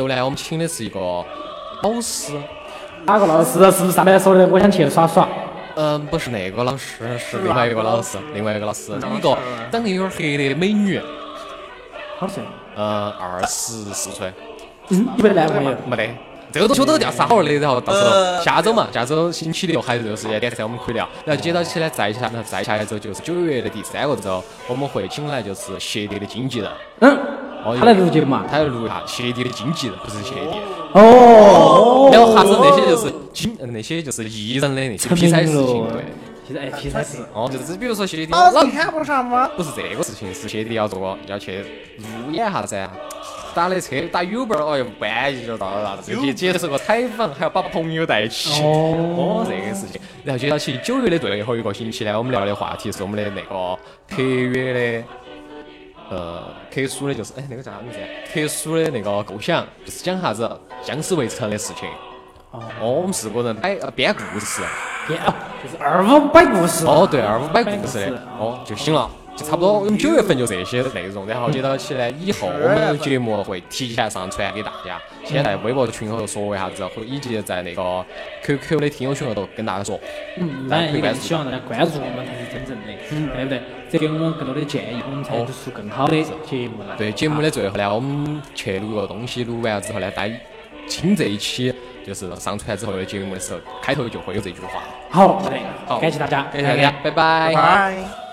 后呢，我们请的是一个老师，哪个老师？是不是上面说的我想去耍耍？嗯，不是那个老师，是另外一个老师，另外一个老师，一个长得有点黑的美女，好帅！嗯，二十四岁，嗯，你没得男朋友？没得。这个东西我都叫啥好的，然后到时候下周嘛，下周星期六还是这个时间点噻，我们可以聊。然后接到起来再下，然后再下一周就是九月的第三个周，我们会请来就是鞋底的经纪人，哦嗯，他来哦录节目嘛？他要录一啊下鞋底的经纪人，不是鞋底。哦，然后哈子那些就是经呃那些就是艺人的那哎些批赛事情，对。现在哎，披萨是哦，就是比如说鞋底，老子啊看不上吗？不是这个事情，是鞋底要做要去路演下噻。啊打的车打 Uber，哦哟，万一就到了啥子，去接受个采访，还要把朋友带起。哦，这个事情。然后接到起九月的最后一个星期呢，我们聊的话题是我们的那个特约的，呃，特殊的就是哎那个叫啥名字？特殊的那个构想，就是讲啥子僵尸围城的事情。哦，我们四个人哎呃编故事。编哦，就是二五摆故事。哦，对，二五摆故事摆故的事，哦就行了，就差不多。我们九月份就这些内容，然后接到起来以后，我们的节目会提前上传给大家。先在微博群后说一下子，或以及在那个 QQ 的听友群后头跟大家说。嗯，当然也更希望大家关注我们才是真正的，对不对？这给我们更多的建议，我们才哦做出更好的节目来。对，节目的最后呢，我们去录个东西，录完了之后呢，大家听这一期就是上传之后的节目的时候，开头就会有这句话。好，好的，好感谢大家，感谢大家，拜拜拜。